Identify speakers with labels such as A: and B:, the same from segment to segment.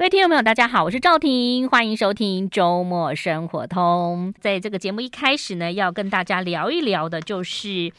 A: 各位听众朋友，大家好，我是赵婷，欢迎收听周末生活通。在这个节目一开始呢，要跟大家聊一聊的就是。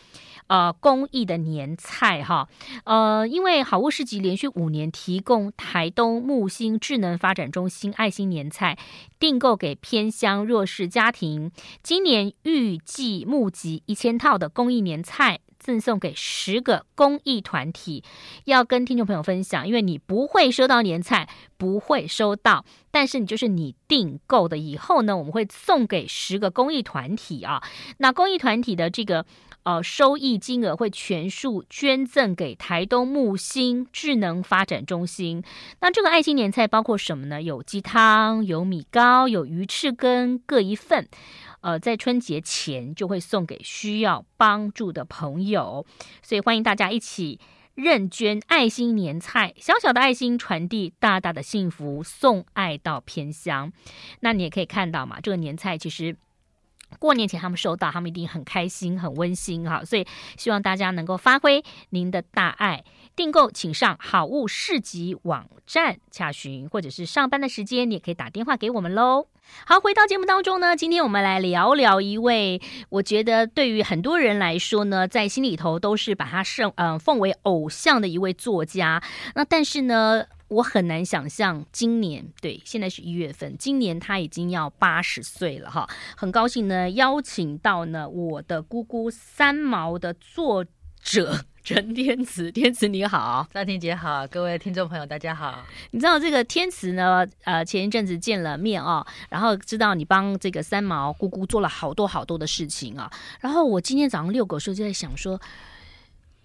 A: 呃，公益的年菜哈，呃，因为好物市集连续五年提供台东木星智能发展中心爱心年菜，订购给偏乡弱势家庭。今年预计募集一千套的公益年菜，赠送给十个公益团体。要跟听众朋友分享，因为你不会收到年菜，不会收到，但是你就是你订购的以后呢，我们会送给十个公益团体啊。那公益团体的这个呃收益金额会全数捐赠给台东木星智能发展中心。那这个爱心年菜包括什么呢？有鸡汤，有米糕，有鱼翅羹各一份。呃，在春节前就会送给需要帮助的朋友，所以欢迎大家一起认捐爱心年菜，小小的爱心传递大大的幸福，送爱到偏乡。那你也可以看到嘛，这个年菜其实。过年前他们收到，他们一定很开心、很温馨哈，所以希望大家能够发挥您的大爱。订购请上好物市集网站查询，或者是上班的时间，你也可以打电话给我们喽。好，回到节目当中呢，今天我们来聊聊一位，我觉得对于很多人来说呢，在心里头都是把他盛嗯、呃、奉为偶像的一位作家。那但是呢，我很难想象今年，对，现在是一月份，今年他已经要八十岁了哈。很高兴呢，邀请到呢我的姑姑三毛的作者 陈天慈，天慈你好。
B: 赵婷姐好，各位听众朋友大家好。
A: 你知道这个天慈呢？呃，前一阵子见了面哦，然后知道你帮这个三毛姑姑做了好多好多的事情啊。然后我今天早上遛狗的时候就在想说，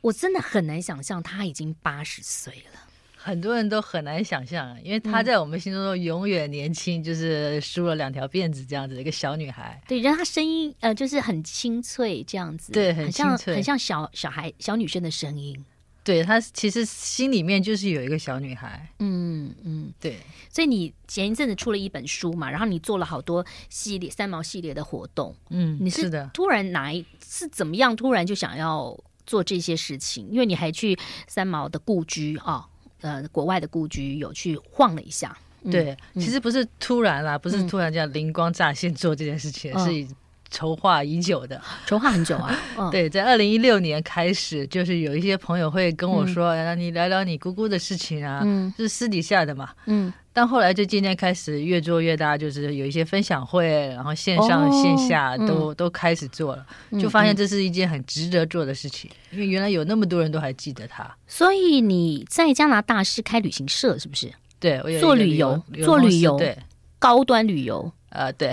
A: 我真的很难想象他已经八十岁了。
B: 很多人都很难想象，啊因为她
A: 嗯
B: 在我们心中都永远年轻，就是梳了两条辫子这样子的一个小女孩。
A: 对，然后他声音呃就是很清脆这样子，
B: 对很
A: 很像
B: 清脆
A: 很像小小孩小女生的声音。
B: 对她其实心里面就是有一个小女孩。
A: 嗯嗯，
B: 对
A: 所以你前一阵子出了一本书嘛，然后你做了好多系列三毛系列的活动。
B: 嗯，
A: 你
B: 是
A: 是
B: 的，
A: 突然哪一是怎么样？突然就想要做这些事情，因为你还去三毛的故居啊、呃，国外的故居有去晃了一下。嗯
B: 对，其实不是突然啦，不是
A: 嗯
B: 突然这样灵光乍现做这件事情，
A: 嗯
B: 是已筹划已久的。
A: 筹划很久 啊，嗯，
B: 对，在二零一六年开始，就是有一些朋友会跟我说，让、你聊聊你姑姑的事情啊，
A: 嗯
B: 就是私底下的嘛。
A: 嗯，
B: 但后来就渐渐开始越做越大，就是有一些分享会，然后线上
A: 哦
B: 线下
A: 嗯
B: 都、都开始做了，
A: 嗯
B: 就发现
A: 嗯
B: 这是一件很值得做的事情，因为原来有那么多人都还记得他。
A: 所以你在加拿大是开旅行社是不是？
B: 对，我有一个
A: 做旅游做
B: 公
A: 旅
B: 司
A: 游
B: 对，
A: 高端旅游
B: 呃，对，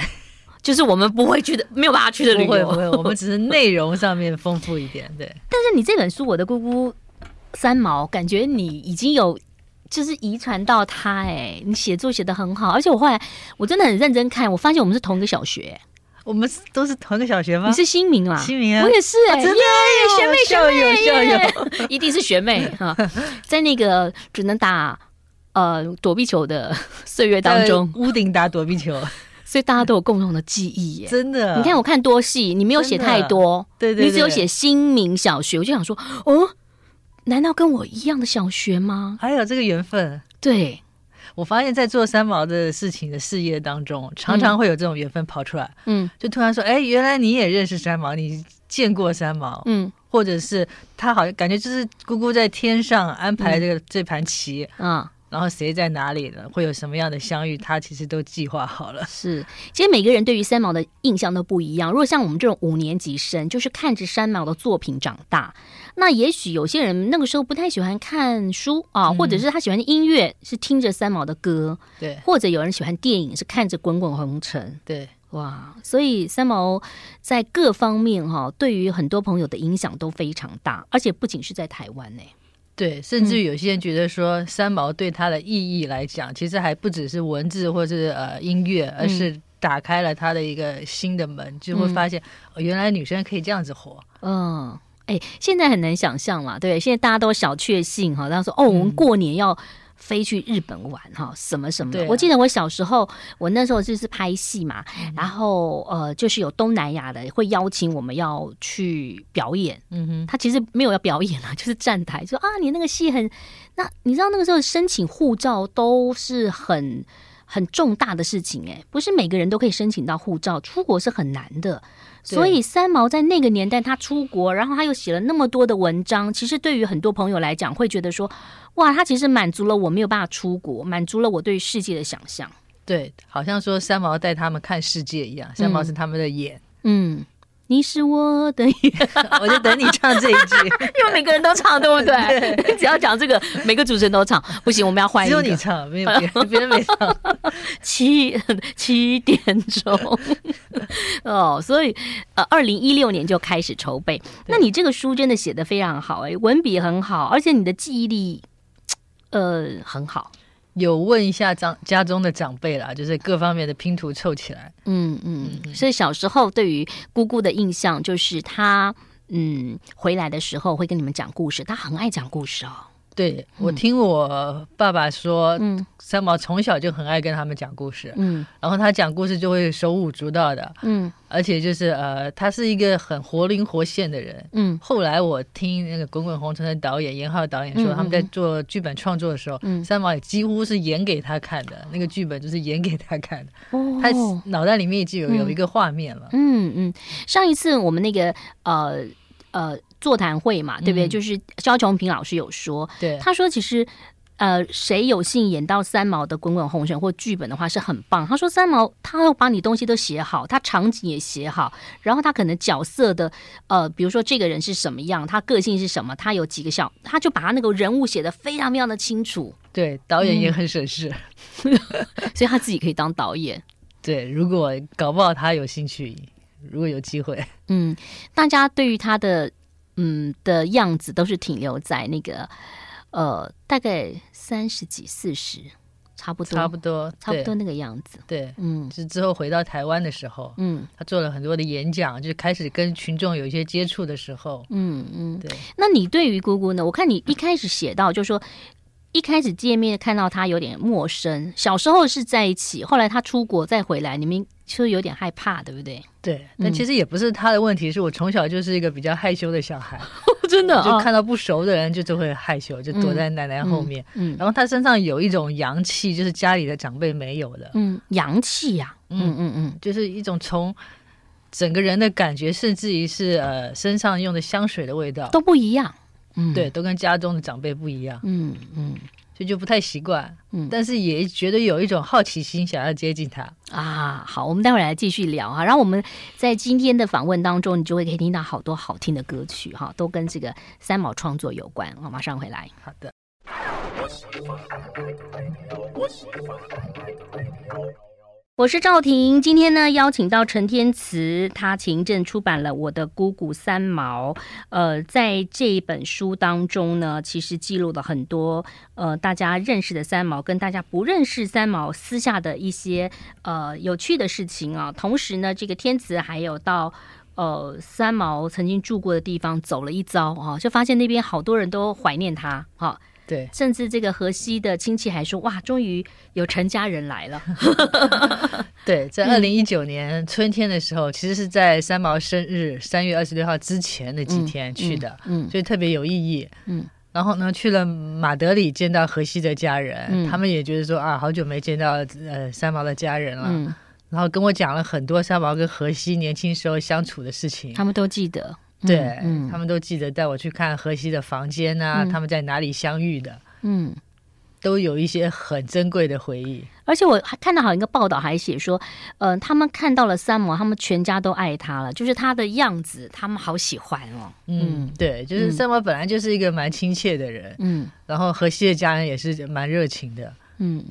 A: 就是我们不会去的，没有办法去的旅
B: 不会
A: 游。
B: 不会，我们只是内容上面丰富一点，对。
A: 但是你这本书《我的姑姑三毛》，感觉你已经有就是遗传到她哎、你写作写得很好，而且我后来我真的很认真看，我发现我们是同一个小学，
B: 我们是都是同一个小学吗？
A: 你是新民啦，
B: 新民啊
A: 我也是哎、
B: 啊真的
A: 耶
B: 哎呦
A: 学妹
B: 校友校友，
A: 耶 一定是学 妹哈，在那个只能打。呃，躲避球的 岁月当中
B: 在，屋顶打躲避球，
A: 所以大家都有共同的记忆耶。
B: 真的。
A: 你看，我看多细，你没有写
B: 真的
A: 太多，
B: 对对对，
A: 你只有写。新民小学，我就想说，哦，难道跟我一样的小学吗？
B: 还有这个缘分，
A: 对，
B: 我发现，在做三毛的事情的事业当中，常常会有这种缘分跑出来。
A: 嗯
B: 就突然说，哎，原来你也认识三毛，你见过三毛，
A: 嗯
B: 或者是他好像感觉就是姑姑在天上安排这个、这盘棋，
A: 啊，
B: 然后谁在哪里呢？会有什么样的相遇？他其实都计划好了。
A: 是。其实每个人对于三毛的印象都不一样。如果像我们这种五年级生，就是看着三毛的作品长大，那也许有些人那个时候不太喜欢看书啊，或者是他喜欢的音乐是听着三毛的歌，
B: 对
A: 或者有人喜欢电影是看着《滚滚红尘》。
B: 对，
A: 哇，所以三毛在各方面哈、对于很多朋友的影响都非常大，而且不仅是在台湾呢、
B: 对，甚至于有些人觉得说，三毛对他的意义来讲，其实还不只是文字或是呃音乐，而是打开了他的一个新的门，就会发现、哦原来女生可以这样子活。
A: 嗯，
B: 嗯
A: 哎，现在很难想象啦，对，现在大家都小确幸哈，大家说哦，我们过年要飞去日本玩哈，什么什么的。
B: 对啊
A: 我记得我小时候，我那时候就是拍戏嘛，
B: 嗯
A: 然后呃，就是有东南亚的会邀请我们要去表演，
B: 嗯哼，
A: 他其实没有要表演啊， 就是站台说啊，你那个戏很……那你知道那个时候申请护照都是很很重大的事情诶、欸不是每个人都可以申请到护照，出国是很难的。
B: 对
A: 所以三毛在那个年代他出国，然后他又写了那么多的文章，其实对于很多朋友来讲，会觉得说，哇，他其实满足了我没有办法出国，满足了我对世界的想象。
B: 对，好像说三毛带他们看世界一样，三毛是他们的眼。
A: 嗯，你是我的
B: 我就等你唱这一句，
A: 因为每个人都唱，对不 对？只要讲这个，每个主持人都唱。不行，我们要换一
B: 只
A: 个。
B: 有你唱，没有别人，别人没唱。
A: 七七点钟哦，所以呃，二零一六年就开始筹备。那你这个书真的写的非常好哎、文笔很好，而且你的记忆力呃很好。
B: 有问一下长家中的长辈啦，就是各方面的拼图凑起来。
A: 嗯嗯，所以小时候对于姑姑的印象就是她嗯回来的时候会跟你们讲故事，她很爱讲故事哦。
B: 对我听我爸爸说，
A: 嗯
B: 三毛从小就很爱跟他们讲故事，
A: 嗯
B: 然后他讲故事就会手舞足蹈的，
A: 嗯
B: 而且就是呃，他是一个很活灵活现的人。
A: 嗯
B: 后来我听那个《滚滚红尘》的导演严浩导演
A: 嗯
B: 说，
A: 嗯
B: 他们在做剧本创作的时候，
A: 嗯
B: 三毛也几乎是演给他看的，那个剧本就是演给他看的，
A: 哦
B: 他脑袋里面已经有
A: 嗯
B: 有一个画面了。
A: 嗯嗯，上一次我们那个呃呃座谈会嘛，对不对？
B: 嗯
A: 就是肖琼平老师有说，
B: 对，
A: 他说其实。呃，谁有幸演到三毛的《滚滚红尘》或剧本的话，是很棒。他说三毛他要把你东西都写好，他场景也写好，然后他可能角色的呃，比如说这个人是什么样，他个性是什么，他有几个小，他就把他那个人物写的非常非常的清楚，
B: 对，导演也很省事。
A: 所以他自己可以当导演。
B: 对，如果搞不好他有兴趣，如果有机会，
A: 嗯，大家对于他的嗯的样子都是停留在那个呃大概三十几四十，差不多
B: 差不多，
A: 差不多那个样子。
B: 对。对，
A: 嗯
B: 就之后回到台湾的时候，
A: 嗯
B: 他做了很多的演讲，就开始跟群众有一些接触的时候，
A: 嗯嗯。
B: 对，
A: 那你对于姑姑呢？我看你一开始写到就说。一开始见面看到她有点陌生，小时候是在一起，后来她出国再回来，你们就有点害怕，对不 对？
B: 对，但
A: 嗯
B: 其实也不是他的问题，是我从小就是一个比较害羞的小孩，
A: 真的
B: 就看到不熟的人就就会害羞，就躲在奶奶后面。
A: 嗯嗯
B: 然后他身上有一种阳气，就是家里的长辈没有的，
A: 嗯，洋气呀、嗯嗯嗯
B: 就是一种从整个人的感觉，甚至于是呃身上用的香水的味道，
A: 都不一样。嗯，
B: 对，，都跟家中的长辈不一样，
A: 嗯嗯
B: 所以就不太习惯。
A: 嗯。
B: 但是也觉得有一种好奇心，想要接近他。
A: 啊，好，我们待会儿来继续聊哈。然后我们在今天的访问当中，你就会可以听到好多好听的歌曲哈，都跟这个三毛创作有关。我马上回来。
B: 好的，
A: 我是赵婷，今天呢邀请到陈天慈，他前阵出版了《我的姑姑三毛》。呃，在这一本书当中呢，其实记录了很多呃大家认识的三毛跟大家不认识三毛私下的一些呃有趣的事情啊。同时呢，这个天慈还有到。呃，三毛曾经住过的地方走了一遭啊，就发现那边好多人都怀念他哈、啊
B: 对，
A: 甚至这个河西的亲戚还说哇，终于有陈家人来了。
B: 对，在二零一九年春天的时候，其实是在三毛生日三月二十六号之前的几天 去的，
A: 嗯
B: 所以特别有意义。
A: 嗯，
B: 然后呢，去了马德里见到荷西的家人，
A: 嗯
B: 他们也觉得说啊，好久没见到呃三毛的家人了。
A: 嗯，
B: 然后跟我讲了很多三毛跟荷西年轻时候相处的事情。
A: 他们都记得。
B: 对、
A: 嗯
B: 他们都记得带我去看荷西的房间啊，
A: 嗯
B: 他们在哪里相遇的，
A: 嗯，
B: 都有一些很珍贵的回忆。
A: 而且我还看到好像一个报道还写说，呃，他们看到了三毛，他们全家都爱他了，就是他的样子，他们好喜欢哦。
B: 嗯，对，就是三毛本来就是一个蛮亲切的人，
A: 嗯
B: 然后荷西的家人也是蛮热情的。
A: 嗯，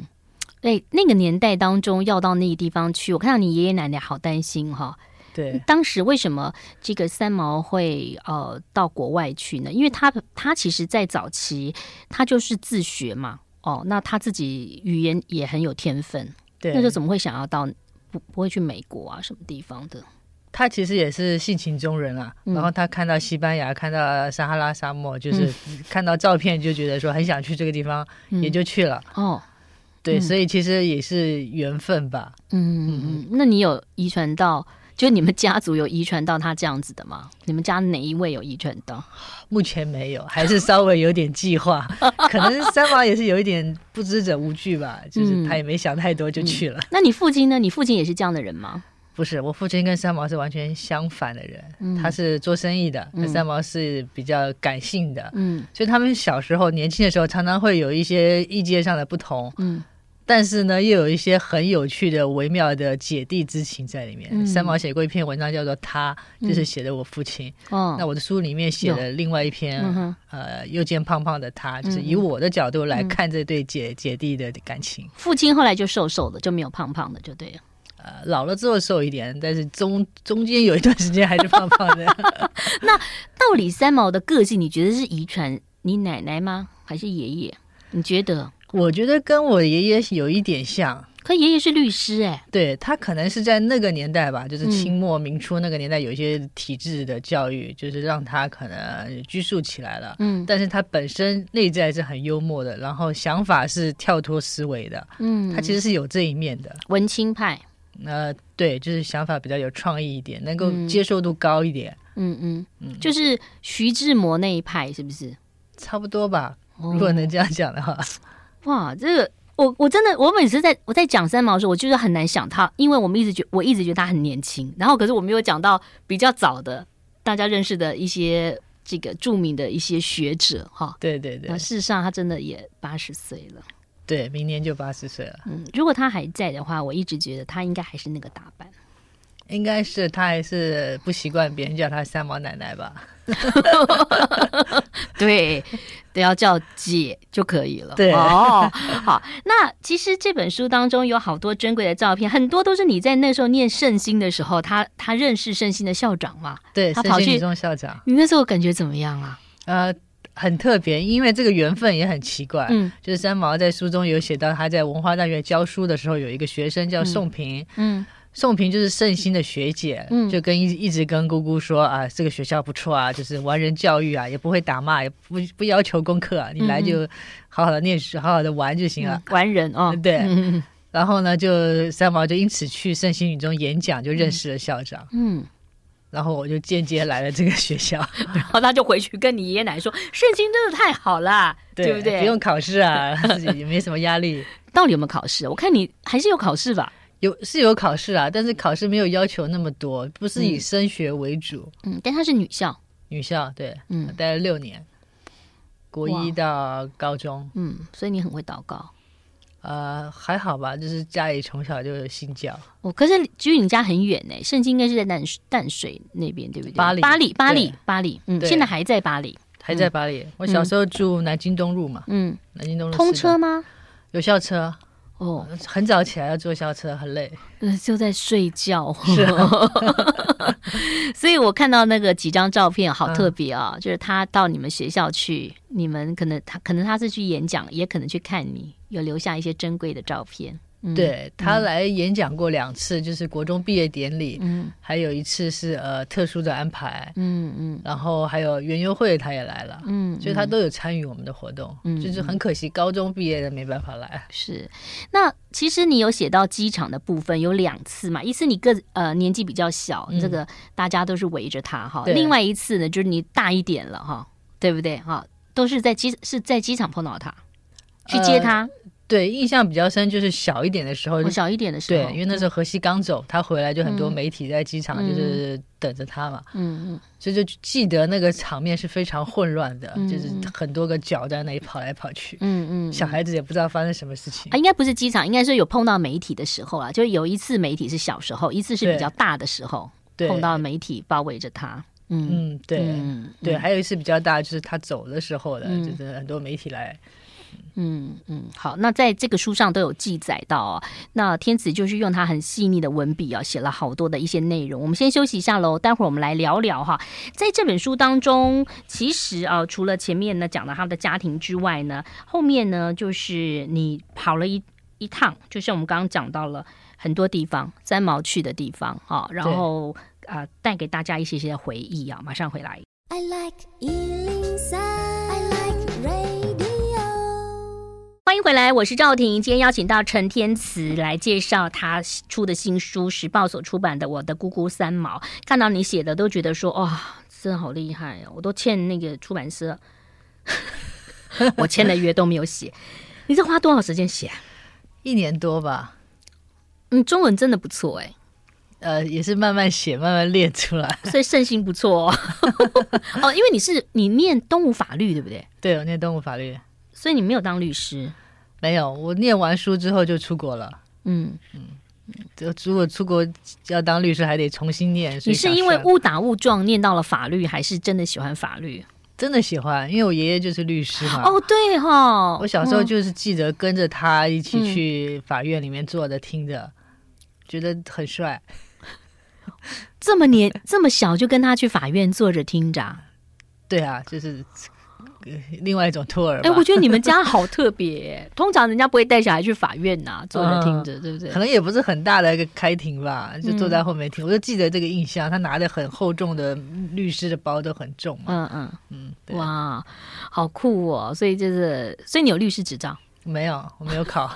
A: 对，那个年代当中要到那个地方去，我看到你爷爷奶奶好担心哈、
B: 对，
A: 当时为什么这个三毛会呃到国外去呢？因为他他其实在早期他就是自学嘛，哦，那他自己语言也很有天分，
B: 对，
A: 那时候怎么会想要到不不会去美国啊什么地方的？
B: 他其实也是性情中人啊，
A: 嗯
B: 然后他看到西班牙，看到撒哈拉沙漠，就是看到照片就觉得说很想去这个地方，
A: 嗯
B: 也就去了。
A: 哦，
B: 对，
A: 嗯
B: 所以其实也是缘分吧。
A: 嗯嗯，嗯，那你有遗传到，就你们家族有遗传到他这样子的吗？你们家哪一位有遗传到？
B: 目前没有，还是稍微有点计 划，可能三毛也是有一点不知者无惧吧，就是他也没想太多就去了。
A: 那你父亲呢？你父亲也是这样的人吗？
B: 不是，我父亲跟三毛是完全相反的人，
A: 嗯
B: 他是做生意的，
A: 嗯
B: 那三毛是比较感性的。
A: 嗯
B: 所以他们小时候、年轻的时候，常常会有一些意见上的不同，
A: 嗯
B: 但是呢，又有一些很有趣的、微妙的姐弟之情在里面。
A: 嗯
B: 三毛写过一篇文章，叫做《他》，就是写的我父亲。
A: 哦，
B: 那我的书里面写了另外一篇，
A: 嗯哼，
B: 呃，又见胖胖的他，就是
A: 嗯
B: 以我的角度来
A: 嗯
B: 看这对姐、姐弟的感情。
A: 父亲后来就瘦瘦的，就没有胖胖的，就对了。
B: 呃，老了之后瘦一点，但是中中间有一段时间还是胖胖的。
A: 到底三毛的个性，你觉得是遗传你奶奶吗？还是爷爷？你觉得？
B: 我觉得跟我爷爷有一点像，
A: 可爷爷是律师哎、
B: 对他可能是在那个年代吧，就是
A: 嗯
B: 清末民初那个年代，有一些体制的教育，就是让他可能拘束起来了。
A: 嗯
B: 但是他本身内在是很幽默的，然后想法是跳脱思维的，
A: 嗯，
B: 他其实是有这一面的。
A: 文青派，
B: 呃，对，就是想法比较有创意一点，能够
A: 嗯
B: 接受度高一点，
A: 嗯嗯，
B: 嗯
A: 就是徐志摩那一派，是不是？
B: 差不多吧。
A: 哦
B: 如果能这样讲的话，
A: 哇，这个我我真的，我每次在我在讲三毛的时候，我就是很难想他，因为我们一直觉我一直觉得他很年轻，然后可是我没有讲到比较早的大家认识的一些这个著名的一些学者哈。
B: 对对对
A: 那事实上，他真的也八十岁了。
B: 对，明年就八十岁了，
A: 嗯，如果他还在的话，我一直觉得他应该还是那个打扮。
B: 应该是他还是不习惯别人叫他三毛奶奶吧？
A: 对，都要叫姐就可以了。
B: 对
A: 哦，好，那其实这本书当中有好多珍贵的照片，很多都是你在那时候念圣心的时候，他他认识圣心的校长嘛。
B: 对，
A: 他
B: 圣
A: 跑
B: 心
A: 去
B: 女中校长，
A: 你那时候感觉怎么样啊？
B: 呃，很特别，因为这个缘分也很奇怪。
A: 嗯
B: 就是三毛在书中有写到，他在文化大学教书的时候，有一个学生叫宋平，
A: 嗯
B: 宋平就是圣心的学姐，
A: 嗯
B: 就跟一一直跟姑姑说啊，这个学校不错啊，就是完人教育啊，也不会打骂，也不不要求功课、啊，你来就好好的念书，好好的玩就行了。
A: 完人哦，
B: 对
A: 嗯
B: 然后呢，就三毛就因此去圣心女中演讲，就认识了校长，
A: 嗯，
B: 然后我就间接来了这个 学校，
A: 然后他就回去跟你爷爷奶奶说，圣经真的太好了，对不对？
B: 不用考 试啊，自己也没什么压力。
A: 到底有没有考试？我看你还是有考试吧。
B: 有是有考试啊，但是考试没有要求那么多，不是以
A: 嗯
B: 升学为主。
A: 嗯，但她是女校，
B: 女校对，
A: 嗯
B: 待了六年，国
A: 哇
B: 一到高中。
A: 嗯，所以你很会祷告。
B: 呃，还好吧，就是家里从小就有信教，
A: 哦，可是距离你家很远呢，圣经应该是在淡水淡水那边，对不对？
B: 巴黎
A: 巴黎，巴黎
B: 对，
A: 巴黎，嗯，
B: 对
A: 现在还在巴黎，
B: 还在巴黎。我小时候住南京东路嘛，
A: 嗯，
B: 南京东路
A: 通
B: 四段
A: 车吗？
B: 有校车，
A: 哦，
B: 很早起来要坐校车，很累。
A: 呃，就在睡觉，啊 所以我看到那个几张照片，好特别啊！就是他到你们学校去，你们可能他可能他是去演讲，也可能去看你，有留下一些珍贵的照片。嗯，
B: 对他来演讲过两次，就是国中毕业典礼，
A: 嗯
B: 还有一次是呃特殊的安排，
A: 嗯嗯
B: 然后还有园游会他也来了，
A: 嗯，
B: 所以他都有参与我们的活动。
A: 嗯
B: 就是很可惜高中毕业的没办法来。
A: 是，那其实你有写到机场的部分有两次嘛，一次你个呃年纪比较小，
B: 嗯
A: 这个大家都是围着他哈；
B: 对
A: 另外一次呢，就是你大一点了哈，对不对哈？都是在机是在机场碰到他，去接
B: 呃
A: 他。
B: 对，印象比较深就是小一点的时候
A: 我，小一点的时
B: 对
A: 候，，
B: 因为那时候荷西刚走，他回来就很多
A: 嗯
B: 媒体在机场
A: 嗯
B: 就是等着他嘛。
A: 嗯嗯
B: 所以就记得那个场面是非常混乱的，
A: 嗯
B: 就是很多个脚在那里跑来跑去，
A: 嗯嗯，
B: 小孩子也不知道发生什么事情
A: 啊，。应该不是机场，应该是有碰到媒体的时候啊，就有一次媒体是小时候，一次是比较大的时候
B: 对，
A: 碰到媒体包围着他。嗯，
B: 嗯，对。
A: 嗯
B: 对，，还有一次比较大，就是他走的时候的，
A: 嗯
B: 就是很多媒体来，
A: 嗯嗯，好，那在这个书上都有记载到啊。那天子就是用他很细腻的文笔啊，写了好多的一些内容。我们先休息一下喽，待会儿我们来聊聊哈。在这本书当中，其实啊，除了前面呢讲到他的家庭之外呢，后面呢就是你跑了一一趟，就像我们刚刚讲到了很多地方，三毛去的地方啊，然后。啊、带给大家一些些的回忆啊。马上回来。
C: I like Ealing Sound. I like radio.
A: 欢迎回来，我是赵婷。今天邀请到陈天慈来介绍他出的新书，时报所出版的《我的姑姑三毛》。看到你写的，都觉得说哇、真的好厉害哦！我都欠那个出版社， 我签的约都没有写。你这花多少时间写、啊？
B: 一年多吧，
A: 嗯，中文真的不错哎、
B: 呃，也是慢慢写，慢 慢练出来。
A: 所以盛行不错 哦。哦，因为你是你念东吴法律对不对？
B: 对，我念动物法律，
A: 所以你没有当律师。
B: 没有，我念完书之后就出国了。
A: 嗯，
B: 就如果出国要当律师，还得重新念。所
A: 你
B: 以
A: 是
B: 想
A: 因为
B: 算了
A: 误打误撞念到了法律，还是真的喜欢法律？
B: 真的喜欢，因为我爷爷就是律师嘛。
A: 哦，对哈、哦，
B: 我小时候
A: 嗯
B: 就是记得跟着他一起去法院里面坐着听着，觉得很帅。
A: 这么年 这么小就跟他去法院坐着听着啊，
B: 对啊，就是、呃另外一种托儿吧。
A: 哎，我觉得你们家好特别 耶，通常人家不会带小孩去法院呐、坐着听着，对不对
B: 可？能也不是嗯很大的一个开庭吧，就坐在后面
A: 嗯
B: 听。我就记得这个印象，他拿着很厚重的律师的包都很重嘛。
A: 嗯嗯，
B: 嗯，对，
A: 哇，好酷哦！所以就是，所以你有律师执照，
B: 没有，我没有考。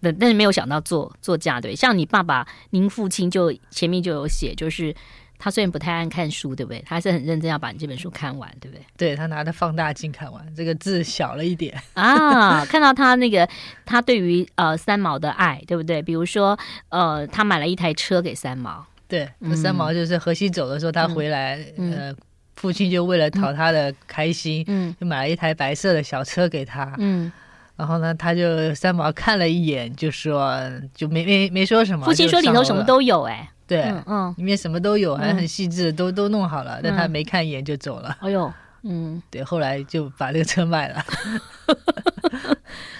A: 但但是没有想到做作家，对？像你爸爸，您父亲就前面就有写，就是他虽然不太爱看书，对不对？他还是很认真要把你这本书看完，对不对？
B: 对他拿着放大镜看完，这个字小了一点。
A: 啊，看到他那个他对于呃三毛的爱，对不对？比如说呃，他买了一台车给三毛，
B: 对，
A: 嗯
B: 三毛就是荷西走的时候，他回来，
A: 嗯
B: 呃，父亲就为了讨他的开心，
A: 嗯
B: 就买了一台白色的小车给他。
A: 嗯，
B: 然后呢，他就三毛看了一眼，就说就没没没说什么。
A: 父亲说里头什么
B: 就上楼了
A: 都有、哎，
B: 对，
A: 嗯嗯，
B: 里面什么都有，还
A: 嗯
B: 很细致，都都弄好了，但他没看一眼就走了。
A: 哎呦，嗯，
B: 对，后来就把这个车卖了。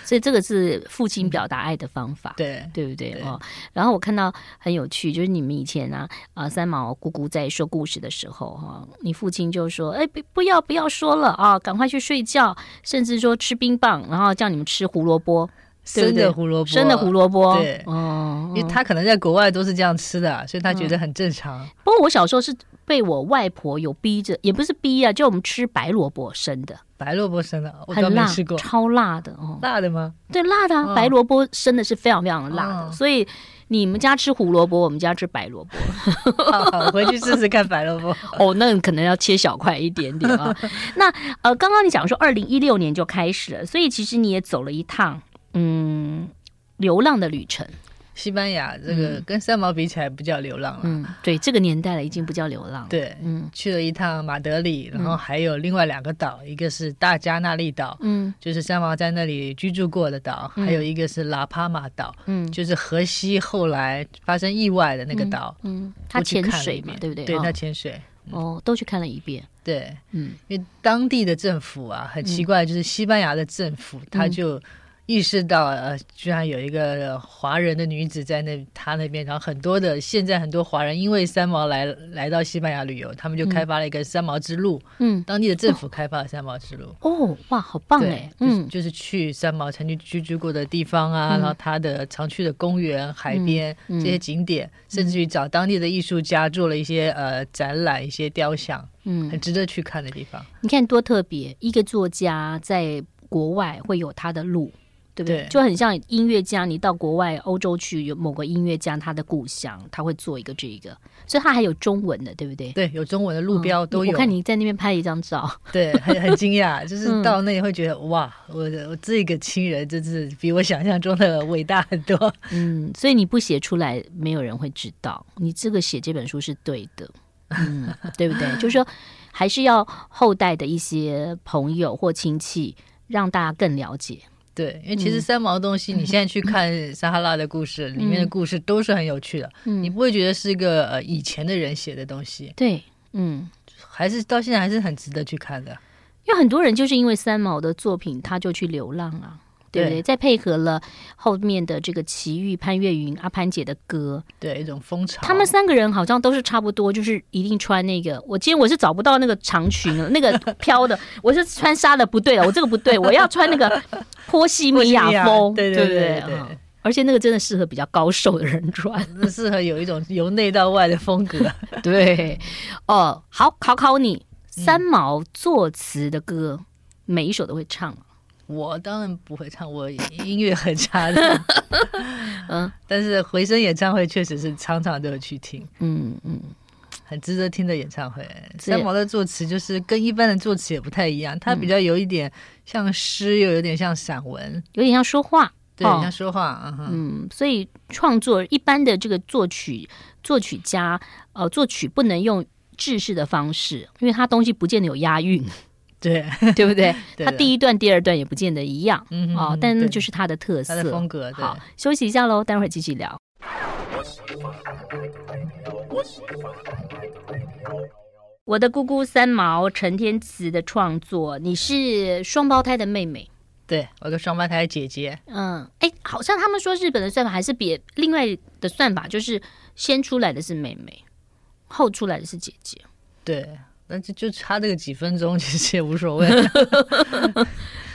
A: 所以这个是父亲表达爱的方法。
B: 对，
A: 对不对
B: 嗯对
A: 哦？然后我看到很有趣，就是你们以前啊，啊、三毛姑姑在说故事的时候，哈、你父亲就说：“哎，不不要不要说了啊，赶快去睡觉，甚至说吃冰棒，然后叫你们吃胡萝卜，对
B: 生
A: 不对
B: 的胡萝卜，
A: 生的胡萝卜。”嗯
B: 对
A: 哦，
B: 因为
A: 嗯
B: 他可能在国外都是这样吃的，所以他觉得很正常。
A: 不过我小时候是被我外婆有逼着，也不是逼啊，就我们吃白萝卜生的，
B: 白萝卜生的，我倒
A: 很
B: 没
A: 辣
B: 吃过，，
A: 超辣的哦。
B: 辣的吗？
A: 对，辣的、啊
B: 嗯
A: 白萝卜生的是非常非常辣的，
B: 嗯
A: 所以你们家吃胡萝卜，我们家吃白萝 卜。
B: 好好，我回去试试看白萝卜。
A: 哦，那可能要切小块一点点 啊。那呃，刚刚你讲说二零一六年就开始了，所以其实你也走了一趟嗯流浪的旅程。
B: 西班牙这个跟三毛比起来不叫流浪了，
A: 嗯，对，这个年代了已经不叫流浪了。，
B: 对，
A: 嗯
B: 去了一趟马德里，然后还有另外两个岛，一个是大加那利岛，
A: 嗯
B: 就是三毛在那里居住过的岛，
A: 嗯
B: 还有一个是拉帕马岛，
A: 嗯
B: 就是河西后来发生意外的那个岛。
A: 嗯，他
B: 我去
A: 潜
B: 看了
A: 水
B: 一
A: 嘛
B: 遍，
A: 对不对？
B: 对，
A: 哦
B: 他潜水。
A: 哦，都去看了一遍。
B: 对，
A: 嗯
B: 因为当地的政府啊，很奇怪，就是西班牙的政府，
A: 嗯
B: 他就意识到，呃，居然有一个呃华人的女子在那他那边，然后很多的现在很多华人因为三毛来来到西班牙旅游，他们就开发了一个三毛之路，
A: 嗯，
B: 当地的政府开发了三毛之路。
A: 哦，哇，好棒
B: 对
A: 哎，，
B: 就是
A: 嗯
B: 就是去三毛曾经居住过的地方啊，
A: 嗯
B: 然后他的常去的公园、海边、
A: 嗯
B: 这些景点，甚至于找当地的艺术家做了一些呃展览、一些雕像，很
A: 嗯，
B: 值得去看的地方。
A: 你看多特别，一个作家在国外会有他的路。对不对？
B: 对
A: 就很像音乐家，你到国外欧洲去，有某个音乐家他的故乡，他会做一个这个，所以他还有中文的，对不对？
B: 对，有中文的路标
A: 嗯
B: 都
A: 我
B: 有。
A: 看你在那边拍了一张照，
B: 对，很很惊 讶，就是
A: 嗯
B: 到那里会觉得哇，我的我这个亲人真是比我想象中的伟大很多。
A: 嗯，所以你不写出来，没有人会知道你这个写这本书是对的，嗯，对不对？ 就是说，还是要后代的一些朋友或亲戚，让大家更了解。
B: 对，因
A: 嗯
B: 为其实三毛的东西，你现在去看《撒哈拉的故事》里面的故事都是很有趣的，你
A: 嗯，
B: 不会觉得是一个呃以前的人写的东西。
A: 对，嗯，
B: 还是到现在还是很值得去看的。
A: 因为很多人就是因为三毛的作品，他就去流浪啊，对不对？
B: 对
A: 再配合了后面的这个齐豫、潘越云、阿潘姐的歌，
B: 对，一种风潮。
A: 他们三个人好像都是差不多，就是一定穿那个。我今天我是找不到那个长裙了，那 个飘的，我是穿 纱的不对了，我这个不对，我要穿那个波西米亚风，
B: 对
A: 对
B: 对
A: 不
B: 对
A: 嗯。而且那个真的适合比较高瘦的人穿。
B: 那适合有一种由内到外的风格。
A: 对，哦，好，考考你，三毛作词的歌，每一首都会唱吗。
B: 我当然不会唱，我音乐很差的。
A: 嗯，
B: 但是回声演唱会确实是常常都有去听，
A: 嗯嗯，
B: 很值得听的演唱会。
A: 是
B: 三毛的作词就是跟一般的作词也不太一样，它比较有一点像诗，又有点像散文，
A: 有点像说话。
B: 对，
A: 哦
B: 像说话。嗯哼，
A: 嗯，所以创作一般的这个作曲作曲家，呃，作曲不能用制式的方式，因为他东西不见得有押韵，
B: 对，
A: 对不对？
B: 对
A: 他
B: 的
A: 第一段、第二段也不见得一样
B: 嗯哼
A: 啊、哦，但
B: 对
A: 那就是他的特
B: 他
A: 色。
B: 的风格。对
A: 好，休息一下喽，待会儿继续聊。我的姑姑三毛陈天慈的创作，你是双胞胎的妹妹，
B: 对，我有个双胞胎姐姐，
A: 嗯，哎，好像他们说日本的算法还是别另外的算法，就是先出来的是妹妹，后出来的是姐姐。
B: 对，那就就差这个几分钟，其实也无 所谓。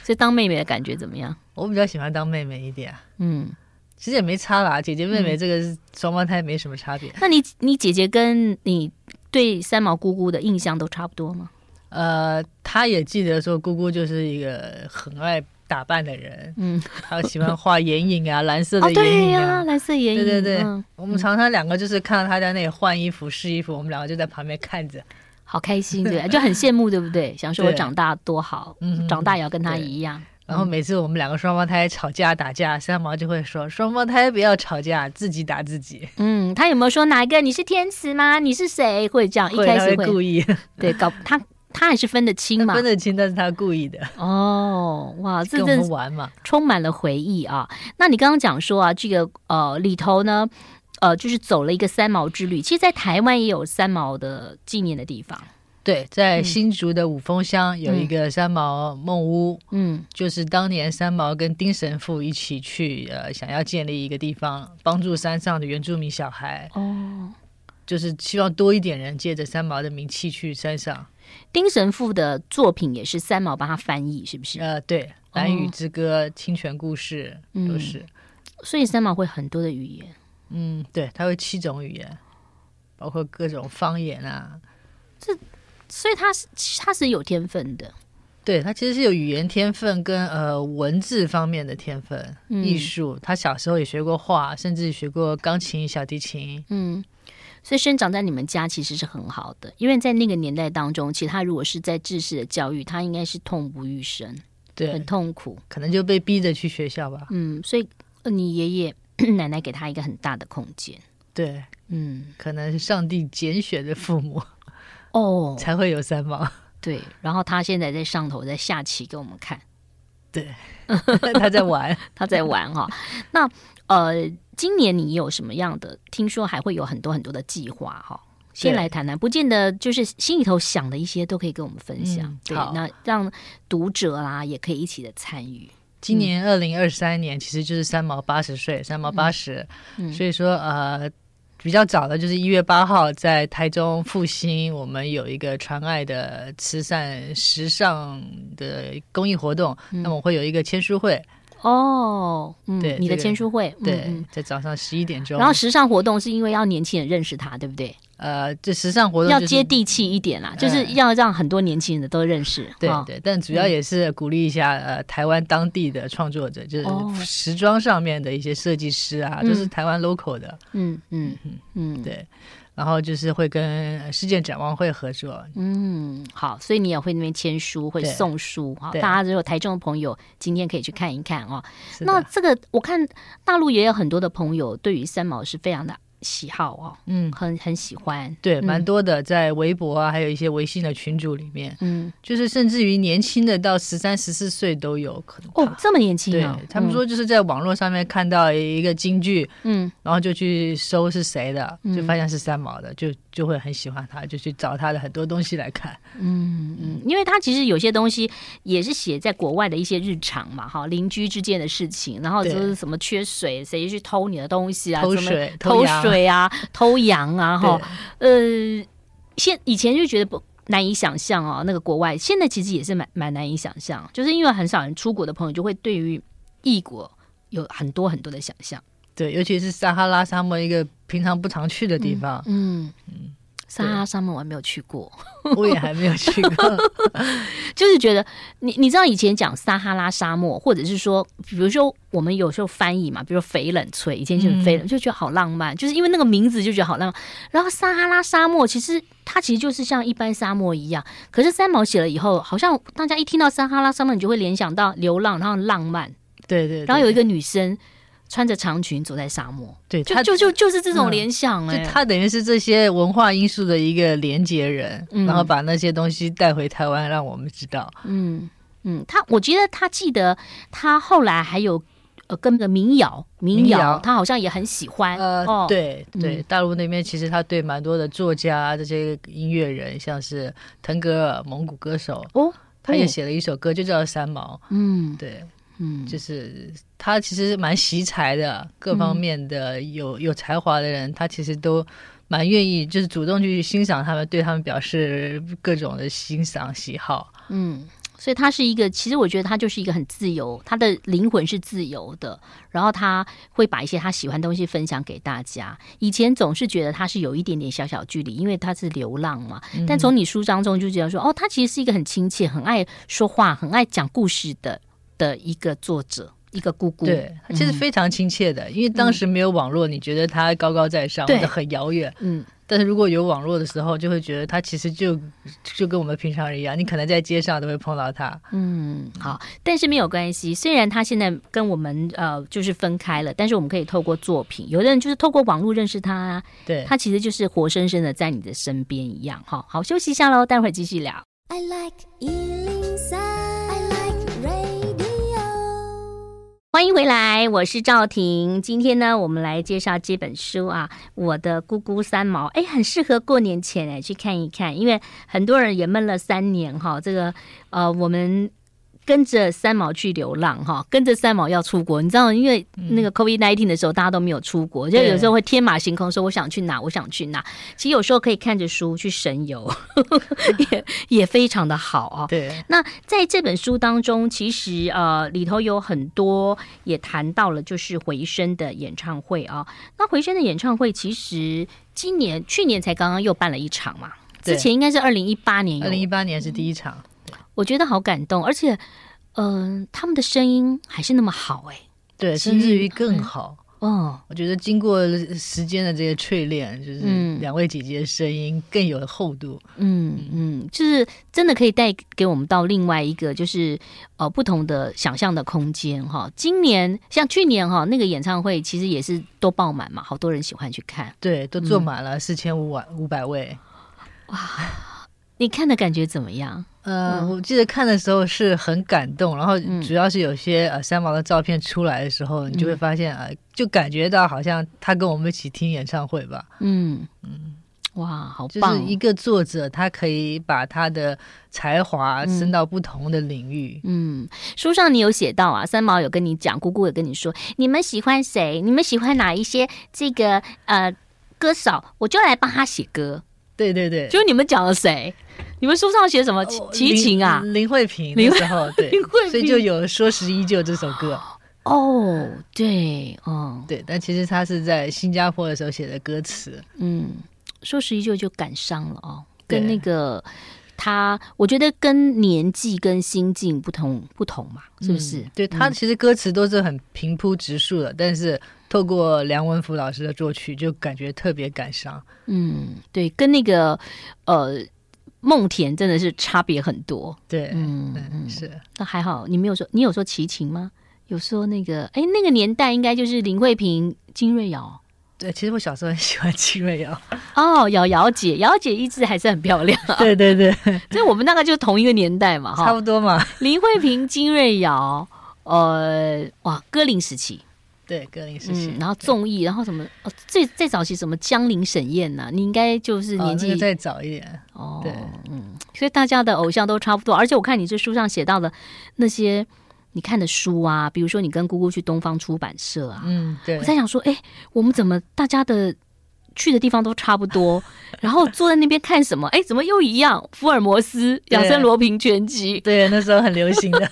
A: 所以当妹妹的感觉怎么样？
B: 我比较喜欢当妹妹一点啊，
A: 嗯，
B: 其实也没差啦，姐姐妹妹这个是双胞胎没什么差别。
A: 那你你姐姐跟你对三毛姑姑的印象都差不多吗？
B: 呃，她也记得说，姑姑就是一个很爱打扮的人，
A: 嗯，
B: 她喜欢画眼影啊，蓝色
A: 哦
B: 的，眼
A: 对
B: 影
A: 呀、
B: 啊。
A: 蓝色眼影，
B: 对对对
A: 嗯
B: 我们常常两个就是看到她在那里换衣服、试衣服，我们两个就在旁边看着。
A: 好开心，对，就很羡慕，对不对？想说我
B: 对
A: 长大多好
B: 嗯，
A: 长大也要跟他一样。
B: 然后每次我们两个双胞胎吵架打架，三毛就会说：“双胞胎不要吵架，自己打自己。
A: 嗯，他有没有说哪一个你是天使吗？你是谁？会这哦样，”一
B: 会
A: 开
B: 她
A: 始
B: 会
A: 会
B: 故意，
A: 对搞他，他还是分得清嘛
B: 分。得清，但是她故意的
A: 哦，哇，这
B: 跟我
A: 真
B: 们
A: 是
B: 玩嘛。
A: 充满了回忆啊！那你刚刚讲说啊，这个呃里头呢，呃，就是走了一个三毛之旅。其实，在台湾也有三毛的纪念的地方。
B: 对，在新竹的五峰乡有一
A: 嗯
B: 个三毛梦屋，
A: 嗯
B: 就是当年三毛跟丁神父一起去，呃，想要建立一个地方，帮助山上的原住民小孩，
A: 哦，
B: 就是希望多一点人借着三毛的名气去山上。
A: 丁神父的作品也是三毛帮他翻译，是不是？
B: 呃，对，《蓝雨之歌》清泉故事》
A: 哦嗯
B: 都是，
A: 所以三毛会很多的语言。
B: 嗯对，他会七种语言，包括各种方言啊。
A: 所以他是他是有天分的，
B: 对他其实是有语言天分跟呃文字方面的天分，
A: 嗯
B: 艺术。他小时候也学过画，甚至学过钢琴、小提琴。
A: 嗯，所以生长在你们家其实是很好的，因为在那个年代当中，其实他如果是在知识的教育，他应该是痛不欲生，
B: 对
A: 很，痛苦，
B: 可能就被逼着去学校吧。
A: 嗯，所以呃你爷爷 奶奶给他一个很大的空间，
B: 对，
A: 嗯，
B: 可能是上帝拣选的父母
A: 哦，
B: 才会有三毛。
A: 对，然后他现在在上头在下棋给我们看，
B: 对，他在玩。
A: 他在玩哈、 那呃，今年你有什么样的？听说还会有很多很多的计划哈、先
B: 对
A: 来谈谈，不见得就是心里头想的一些都可以跟我们分享。
B: 嗯
A: 对，
B: 好
A: 那让读者啦也可以一起的参与。
B: 今年二零二三年其实就是三毛八十岁，三毛八十、
A: 嗯
B: 所以说呃比较早的就是一月八号在台中复兴，我们有一个传爱的慈善时尚的公益活动，
A: 嗯
B: 那么我会有一个签书会，
A: 哦，嗯，
B: 对
A: 你的
B: 这个
A: 签书会，嗯
B: 对，
A: 嗯
B: 在早上十一点钟，
A: 然后时尚活动是因为要年轻人认识他，对不对？
B: 呃这时尚活动、
A: 要
B: 就是、
A: 接。地气一点啦，
B: 嗯
A: 就是要让很多年轻人都认识。
B: 对
A: 哈嗯
B: 对，但主要也是鼓励一下、呃台湾当地的创作者，就
A: 哦
B: 是时装上面的一些设计师啊，都是
A: 嗯
B: 台湾 local 的，
A: 嗯嗯嗯，
B: 对。然后就是会跟呃世界展望会合作，
A: 嗯，好，所以你也会那边签书，会
B: 对
A: 送书哈。
B: 对
A: 大家如果台中的朋友今天可以去看一看哦。
B: 是的
A: 那这个我看大陆也有很多的朋友对于三毛是非常的喜好哦，
B: 嗯，
A: 很很喜欢。
B: 对，
A: 嗯
B: 蛮多的，在微博啊，还有一些微信的群组里面，
A: 嗯，
B: 就是甚至于年轻的到十三、十四岁都有可能。
A: 哦，这么年轻
B: 对
A: 啊！
B: 他们说，就是在网络上面看到一个京剧，
A: 嗯，
B: 然后就去搜是谁的，
A: 嗯
B: 就发现是三毛的，就就会很喜欢他，就去找他的很多东西来看。
A: 嗯嗯嗯，因为他其实有些东西也是写在国外的一些日常嘛，哈，邻居之间的事情，然后就
B: 对
A: 是什么缺水，谁去偷你的东西啊，
B: 偷
A: 什么
B: 水
A: 偷
B: 羊
A: 水啊，偷羊啊，哈，呃，现以前就觉得不难以想象哦，那个国外现在其实也是蛮蛮难以想象，就是因为很少人出国的朋友就会对于异国有很多很多的想象。
B: 对，尤其是撒哈拉沙漠一个平常不常去的地方，
A: 嗯，撒哈拉沙漠我还没有去过，
B: 我也还没有去 过。
A: 就是觉得你你知道以前讲撒哈拉沙漠，或者是说，比如说我们有时候翻译嘛，比如说翡冷翠，以前就是翡
B: 嗯
A: 冷，就觉得好浪漫，就是因为那个名字就觉得好浪漫。然后撒哈拉沙漠其实它其实就是像一般沙漠一样，可是三毛写了以后，好像大家一听到撒哈拉沙漠，你就会联想到流浪，然后浪漫，
B: 对对对，
A: 然后有一个女生穿着长裙走在沙漠，
B: 对
A: 就
B: 他
A: 就就就是这种
B: 嗯
A: 联想哎、
B: 就他等于是这些文化因素的一个连接人，
A: 嗯
B: 然后把那些东西带回台湾，让我们知道。
A: 嗯，嗯，他我觉得他记得他后来还有呃跟个民谣，民
B: 民
A: 谣
B: 谣
A: 他好像也很喜欢
B: 呃，
A: 哦，，
B: 对对
A: 嗯，
B: 大陆那边其实他对蛮多的作家啊这些音乐人，像是腾格尔、蒙古歌手，
A: 哦，
B: 他也
A: 哦，
B: 写了一首歌，就叫《三毛》。
A: 嗯
B: 对，
A: 嗯，
B: 就是他其实蛮惜才的，各
A: 嗯
B: 方面的有有才华的人，他其实都蛮愿意，就是主动去欣赏他们，对他们表示各种的欣赏喜好。
A: 嗯，所以他是一个，其实我觉得他就是一个很自由，他的灵魂是自由的，然后他会把一些他喜欢的东西分享给大家。以前总是觉得他是有一点点小小距离，因为他是流浪嘛，
B: 嗯
A: 但从你书当中就觉得说，哦，他其实是一个很亲切、很爱说话、很爱讲故事的的一个作者。一个姑姑，
B: 对，他
A: 嗯
B: 其实非常亲切的，因为当时没有网络，你觉得他高高在上或
A: 对
B: 者很遥远，
A: 嗯，
B: 但是如果有网络的时候，就会觉得他其实就就跟我们平常人一样，你可能在街上都会碰到他。
A: 嗯，好，但是没有关系。虽然他现在跟我们呃就是分开了，但是我们可以透过作品，有的人就是透过网络认识他、啊，
B: 对，
A: 他其实就是活生生的在你的身边一样哈。好，休息一下喽，待会儿继续聊。
C: I like Ealing Sound. I like radio.
A: 欢迎回来，我是赵婷。今天呢，我们来介绍这本书啊，《我的姑姑三毛》。哎，很适合过年前哎去看一看，因为很多人也闷了三年哈。这个呃，我们跟着三毛去流浪哈，跟着三毛要出国。你知道，因为那个 COVID nineteen 的时候，大家都没有出国，就
B: 对
A: 有时候会天马行空说我想去哪，我想去哪。其实有时候可以看着书去神游， 也也非常的好啊。
B: 对，
A: 那在这本书当中，其实呃里头有很多也谈到了，就是回声的演唱会啊。那回声的演唱会其实今年、去年才刚刚又办了一场嘛，
B: 对
A: 之前应该是二零一八年有嗯
B: 二零一八年是第一场，
A: 我觉得好感动，而且嗯、呃他们的声音还是那么好哎、
B: 对，
A: 其
B: 甚至于
A: 实
B: 更好。
A: 哦，
B: 我觉得经过时间的这些淬炼，就是
A: 嗯
B: 两位姐姐的声音更有厚度。
A: 嗯嗯，就是真的可以带给我们到另外一个就是呃不同的想象的空间哈。今年像去年哈那个演唱会其实也是都爆满嘛，好多人喜欢去看。
B: 对，都坐
A: 嗯
B: 满了四千五百五百位。
A: 你看的感觉怎么样？
B: 呃，
A: 嗯
B: 我记得看的时候是很感动，然后主要是有些、呃三毛的照片出来的时候，你就会发
A: 嗯
B: 现啊、呃就感觉到好像他跟我们一起听演唱会吧，
A: 嗯嗯，哇，好
B: 就
A: 棒
B: 是
A: 哦！
B: 一个作者他可以把他的才华
A: 嗯
B: 伸到不同的领域。
A: 嗯，书上你有写到啊，三毛有跟你讲，姑姑有跟你说，你们喜欢谁？你们喜欢哪一些这个呃歌手？我就来帮他写歌。
B: 对对对，
A: 就你们讲了谁？你们书上写什么？齐齐秦啊？
B: 林林慧萍
A: 林
B: 那
A: 慧
B: 时候 对
A: 林慧，萍
B: 所以就有《说时依旧》这首歌。
A: 哦，对，哦，
B: 对，但其实他是在新加坡的时候写的歌词。
A: 嗯，说十一就就感伤了哦，
B: 对
A: 跟那个他，我觉得跟年纪跟心境不同不同嘛，是不是？
B: 嗯对他其实歌词都是很平铺直述的，但是透过梁文福老师的作曲，就感觉特别感伤。
A: 嗯，对，跟那个呃梦田真的是差别很多。
B: 对，
A: 嗯
B: 嗯，是
A: 那还好，你没有说，你有说齐秦吗？有说那个，哎，那个年代应该就是林慧萍、金瑞瑶
B: 对。其实我小时候很喜欢金 瑞瑶，
A: 哦，瑶瑶姐，瑶瑶姐一直还是很 漂亮、啊，
B: 对对对，
A: 所以我们大概就是同一个年代嘛，
B: 差
A: 哈
B: 不。多嘛。
A: 林慧萍、金瑞瑶，呃，哇，歌林时期，
B: 对，歌林时期
A: 嗯，，然后综艺，然后什么，哦，最最早期什么江陵沈燕呐、你应该就是
B: 哦
A: 年
B: 那
A: 纪
B: 个再早一点。
A: 哦，
B: 对
A: 嗯，所以大家的偶像都差不多，而且我看你这书上写到的那些你看的书啊，比如说你跟姑姑去东方出版社啊，
B: 嗯，对
A: 我。在想说，哎，我们怎么大家的去的地方都差不 多，然后坐在那边看什么？哎，怎么又一样？福尔摩斯、
B: 对
A: 养生罗平全集，
B: 对，那时候很流行的。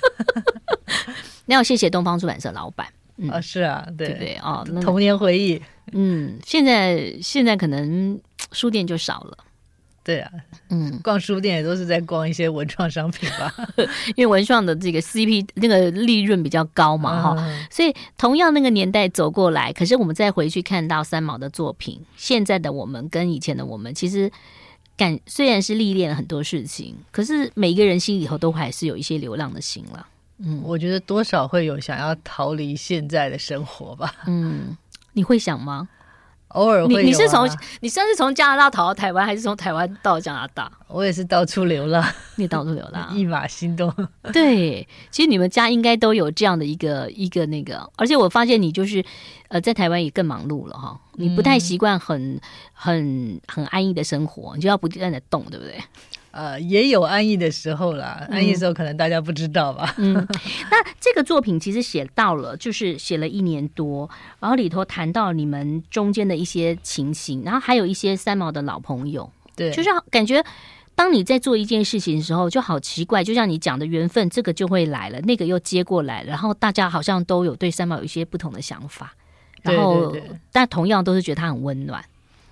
A: 那要谢谢东方出版社老板，嗯
B: 啊，是啊，
A: 对不对啊？那
B: 童年回忆，
A: 嗯，现在现在可能书店就少了，
B: 对啊，
A: 嗯，
B: 逛书店也都是在逛一些文创商品 吧，
A: 因为文创的这个 CP 那个利润比较高嘛，哈、
B: 嗯
A: 所以同样那个年代走过来，可是我们再回去看到三毛的作品，现在的我们跟以前的我们，其实感虽然是历练了很多事情，可是每一个人心里头都还是有一些流浪的心了。嗯
B: 我觉得多少会有想要逃离现在的生活吧，
A: 嗯，你会想吗？
B: 偶尔会
A: 你
B: 有啊、
A: 你是从你算是从加拿大逃到台湾，还是从台湾到加拿大？
B: 我也是到处流浪，
A: 你到处流浪，
B: 一马心动，
A: 对，其实你们家应该都有这样的一个一个那个，而且我发现你就是，呃，在台湾也更忙碌了哈，你不太习惯很、很很安逸的生活，你就要不断的动，对不对？
B: 呃，也有安逸的时候啦，
A: 嗯
B: 安逸的时候可能大家不知道吧，
A: 嗯， 那这个作品其实写到了，就是写了一年多，然后里头谈到你们中间的一些情形，然后还有一些三毛的老朋友，
B: 对，
A: 就是感觉。当你在做一件事情的时候，就好奇怪，就像你讲的缘分，这个就会来了，那个又接过来，然后大家好像都有对三毛有一些不同的想法，
B: 对
A: 然后
B: 对对
A: 但同样都是觉得他很温暖，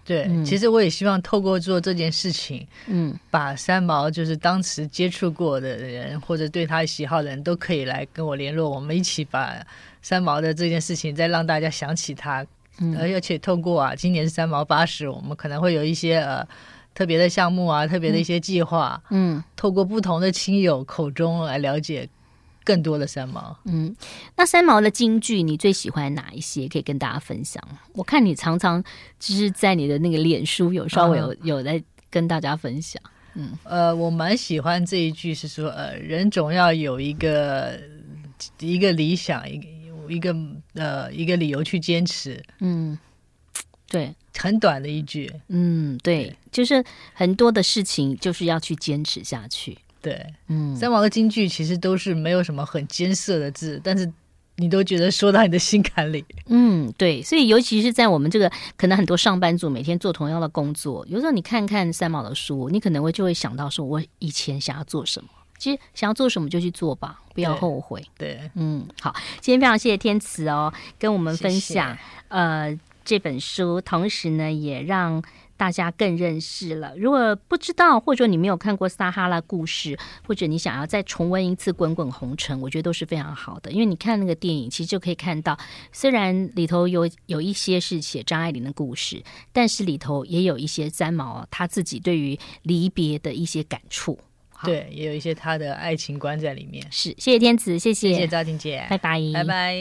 B: 对，
A: 嗯
B: 其实我也希望透过做这件事情，
A: 嗯
B: 把三毛就是当时接触过的人或者对他喜好的人都可以来跟我联络，我们一起把三毛的这件事情再让大家想起他，
A: 嗯
B: 呃而且透过啊，今年是三毛八十，我们可能会有一些呃特别的项目啊，特别的一些计划，
A: 嗯
B: 透过不同的亲友口中来了解更多的三毛。
A: 嗯。那三毛的京剧，你最喜欢哪一些？可以跟大家分享。我看你常常就是在你的那个脸书有稍微有、
B: 嗯
A: 有在跟大家分享，
B: 呃，我蛮喜欢这一句，是说，呃，人总要有一个一个理想，一个一个呃一个理由去坚持，
A: 嗯，对，
B: 很短的一句，
A: 嗯对，就是很多的事情就是要去坚持下去，
B: 对。
A: 嗯。
B: 三毛的金句其实都是没有什么很艰涩的字，但是你都觉得说到你的心坎里。
A: 嗯，对，所以尤其是在我们这个可能很多上班族每天做同样的工作，有时候你看看三毛的书，你可能会就会想到说，我以前想要做什么。其实想要做什么就去做吧，不要
B: 对
A: 后悔。
B: 对，
A: 嗯，好，今天非常谢谢天慈哦，跟我
B: 我
A: 们分享呃这本书，同时呢也让大家更认识了。如果不知道，或者你没有看过《撒哈拉故事》，或者你想要再重温一次《滚滚红尘》，我觉得都是非常好的，因为你看那个电影，其实就可以看到，虽然里头有有一些是写张爱玲的故事，但是里头也有一些三毛他自己对于离别的一些感触。好，
B: 对，也有一些他的爱情观在里面。
A: 是谢谢天子，谢谢，
B: 谢谢赵婷姐，
A: 拜拜，
B: 拜。